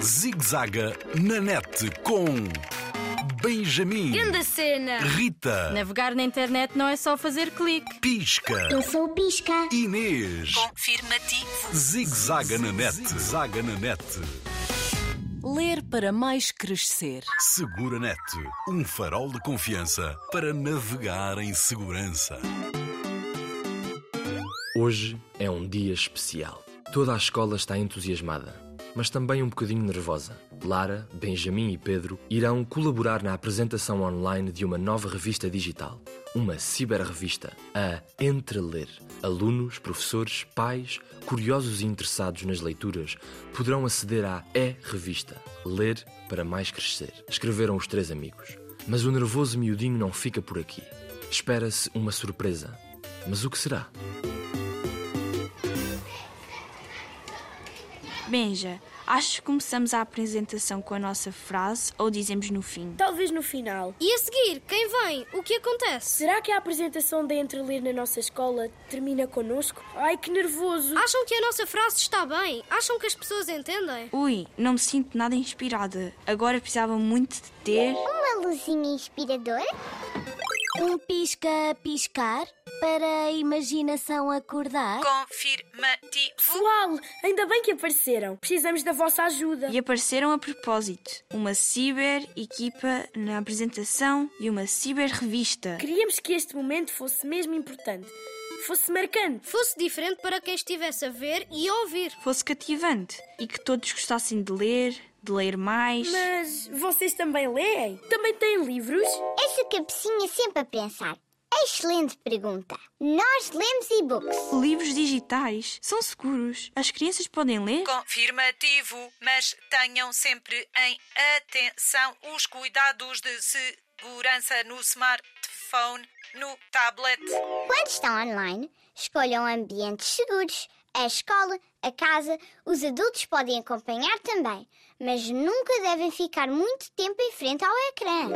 Zigzaga na net com Benjamin, Grande cena! Rita, Navegar na internet não é só fazer clique. Pisca, Eu sou o Pisca. Inês. Confirmativo. Zigzaga na net, zaga na net. Ler para mais crescer. Segura net, um farol de confiança para navegar em segurança. Hoje é um dia especial. Toda a escola está entusiasmada, mas também um bocadinho nervosa. Lara, Benjamin e Pedro irão colaborar na apresentação online de uma nova revista digital, uma ciberrevista, a Entreler. Alunos, professores, pais, curiosos e interessados nas leituras poderão aceder à E-Revista, Ler para Mais Crescer. Escreveram os três amigos. Mas o nervoso miudinho não fica por aqui. Espera-se uma surpresa. Mas o que será? Benja, acho que começamos a apresentação com a nossa frase ou dizemos no fim? Talvez no final. E a seguir, quem vem? O que acontece? Será que a apresentação da Entreler na nossa escola termina connosco? Ai, que nervoso! Acham que a nossa frase está bem? Acham que as pessoas entendem? Ui, não me sinto nada inspirada. Agora precisava muito de ter. Uma luzinha inspiradora. Um pisca a piscar para a imaginação acordar. Confirmativo. Pessoal, ainda bem que apareceram. Precisamos da vossa ajuda. E apareceram a propósito uma ciber equipa na apresentação e uma ciber revista. Queríamos que este momento fosse mesmo importante, fosse marcante. Fosse diferente para quem estivesse a ver e a ouvir. Fosse cativante e que todos gostassem de ler, de ler mais. Mas vocês também leem? Também têm livros? Essa cabecinha sempre a pensar. Excelente pergunta. Nós lemos e-books. Livros digitais são seguros. As crianças podem ler? Confirmativo. Mas tenham sempre em atenção os cuidados de segurança no smartphone, no tablet. Quando estão online, escolham ambientes seguros. A escola, a casa, os adultos podem acompanhar também, mas nunca devem ficar muito tempo em frente ao ecrã.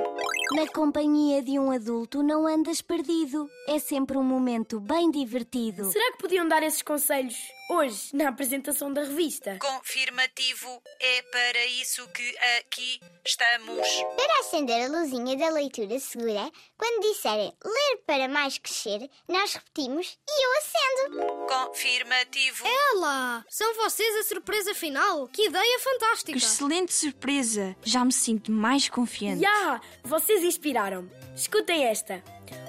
Na companhia de um adulto não andas perdido. É sempre um momento bem divertido. Será que podiam dar esses conselhos hoje, na apresentação da revista? Confirmativo. É para isso que aqui estamos. Para acender a luzinha da leitura segura, quando disserem ler para mais crescer, nós repetimos e eu acendo. Confirmativo. Ela! São vocês a surpresa final? Que ideia fantástica! Que excelente surpresa! Já me sinto mais confiante. Ya! Vocês inspiraram-me. Escutem esta.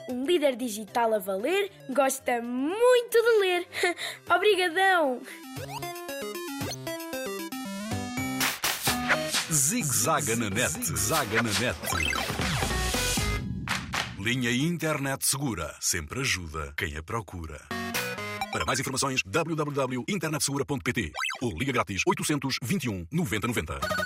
Um líder digital a valer gosta muito de ler. Obrigadão! Zigzaga na net, zaga na net. Linha Internet Segura sempre ajuda quem a procura. Para mais um informações, www.internetsegura.pt ou liga grátis 821 9090.